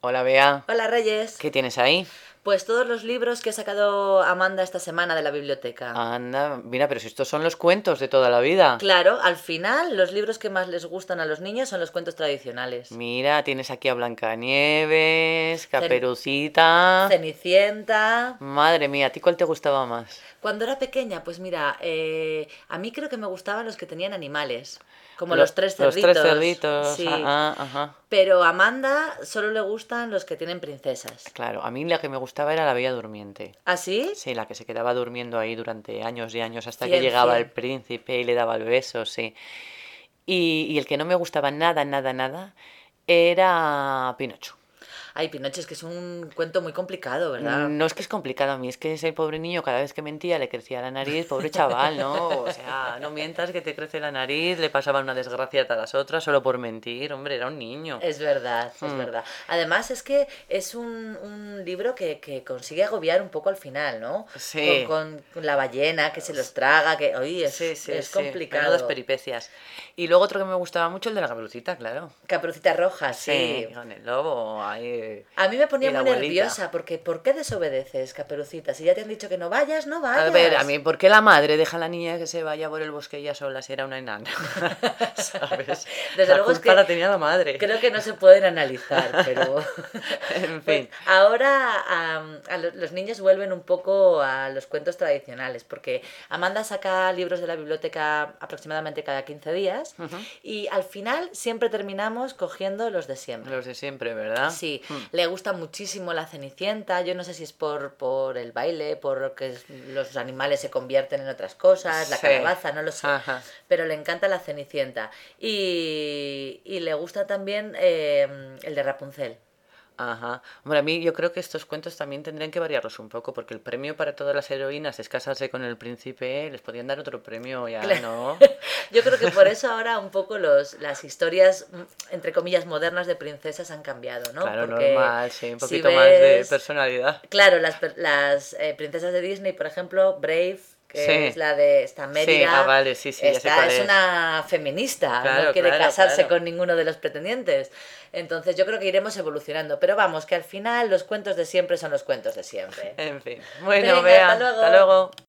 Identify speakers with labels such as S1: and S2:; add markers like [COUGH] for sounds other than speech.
S1: Hola Bea,
S2: Hola Reyes.
S1: ¿qué tienes ahí?
S2: Pues todos los libros que ha sacado Amanda esta semana de la biblioteca.
S1: Ah. Anda, mira, pero si estos son los cuentos de toda la vida.
S2: Claro, al final los libros que más les gustan a los niños son los cuentos tradicionales.
S1: Mira, tienes aquí a Blancanieves, Caperucita.
S2: Cenicienta.
S1: Madre mía, ¿a ti cuál te gustaba más?
S2: Cuando era pequeña, pues mira, eh, a mí creo que me gustaban los que tenían animales, como
S1: Lo-
S2: los, tres cerditos.
S1: Los tres cerditos.
S2: Sí.
S1: Ajá, ajá.
S2: Pero a Amanda solo le gustan los que tienen princesas. ¿Ah,
S1: Claro, a mí la que me gustaba era la Bella Durmiente.
S2: ¿Así?
S1: Sí, la que se quedaba durmiendo ahí durante años y años hasta que
S2: Cien,
S1: llegaba
S2: cien.
S1: el príncipe y le daba el beso, sí. Y, y el que no me gustaba nada, nada, nada, era Pinocho.
S2: Ay, Pinocho, es que es un cuento muy complicado, ¿verdad?
S1: Mm, No es que es complicado a mí, es que ese pobre niño cada vez que mentía le crecía la nariz, pobre chaval, ¿no? O sea, no mientas que te crece la nariz, le pasaba una desgracia tras otra solo por mentir, hombre, era un niño.
S2: Es verdad, es
S1: Mm.
S2: verdad. Además es que es un, un libro que, que consigue agobiar un poco al final, ¿no?
S1: Sí.
S2: Con, con- con la ballena que se los traga, que oye, es,
S1: Sí, sí,
S2: es
S1: sí,
S2: complicado.
S1: menudas peripecias. Y luego otro que me gustaba mucho, el de la cabrucita, claro.
S2: Caperucita roja, sí.
S1: con el lobo, ahí...
S2: A mí me ponía
S1: Y la
S2: muy
S1: abuelita.
S2: nerviosa porque ¿por qué desobedeces, Caperucita? Si ya te han dicho que no vayas, no vayas.
S1: A ver, a mí, ¿por qué la madre deja a la niña que se vaya por el bosque ella sola si era una enana? [LAUGHS] ¿Sabes?
S2: Desde
S1: la
S2: luego es
S1: culpa
S2: que
S1: la tenía la madre.
S2: Creo que no se pueden analizar, pero...
S1: [LAUGHS] En
S2: Bueno,
S1: fin.
S2: ahora am, a lo- los niños vuelven un poco a los cuentos tradicionales, porque Amanda saca libros de la biblioteca aproximadamente cada 15 días
S1: Ujú.
S2: y al final siempre terminamos cogiendo los de siempre.
S1: Los de siempre, ¿verdad?
S2: Sí,
S1: Hmm.
S2: le gusta muchísimo la Cenicienta, yo no sé si es por, por el baile, por que es- los animales se convierten en otras cosas, la
S1: Sí.
S2: calabaza, no lo sé
S1: Ajá.
S2: pero le encanta la Cenicienta. Y, y le gusta también eh, el de Rapunzel.
S1: Ajá. Hombre, a mí yo creo que estos cuentos también tendrían que variarlos un poco, porque el premio para todas las heroínas es casarse con el príncipe, les podían dar otro premio ya, ¿no?
S2: Yo creo que
S1: [LAUGHS]
S2: por eso ahora un poco los, las historias, mm, entre comillas, modernas de princesas han cambiado, [LAUGHS] ¿no?
S1: Claro,
S2: Porque
S1: normal, sí, un
S2: si
S1: poquito más de
S2: ves-
S1: personalidad.
S2: Claro, las, per- las eh, princesas de Disney, por ejemplo, Brave, que
S1: Sí.
S2: es la de esta Mérida.
S1: ah, vale, sí, sí, ya sé
S2: esta
S1: cuál
S2: es,
S1: es.
S2: una feminista,
S1: Claro,
S2: no quiere
S1: claro,
S2: casarse
S1: claro.
S2: con ninguno de los pretendientes. Entonces yo creo que iremos evolucionando. Pero vamos, que al final los cuentos de siempre son los cuentos de siempre.
S1: En fin. Bueno,
S2: Venga,
S1: vea.
S2: hasta luego.
S1: Hasta luego.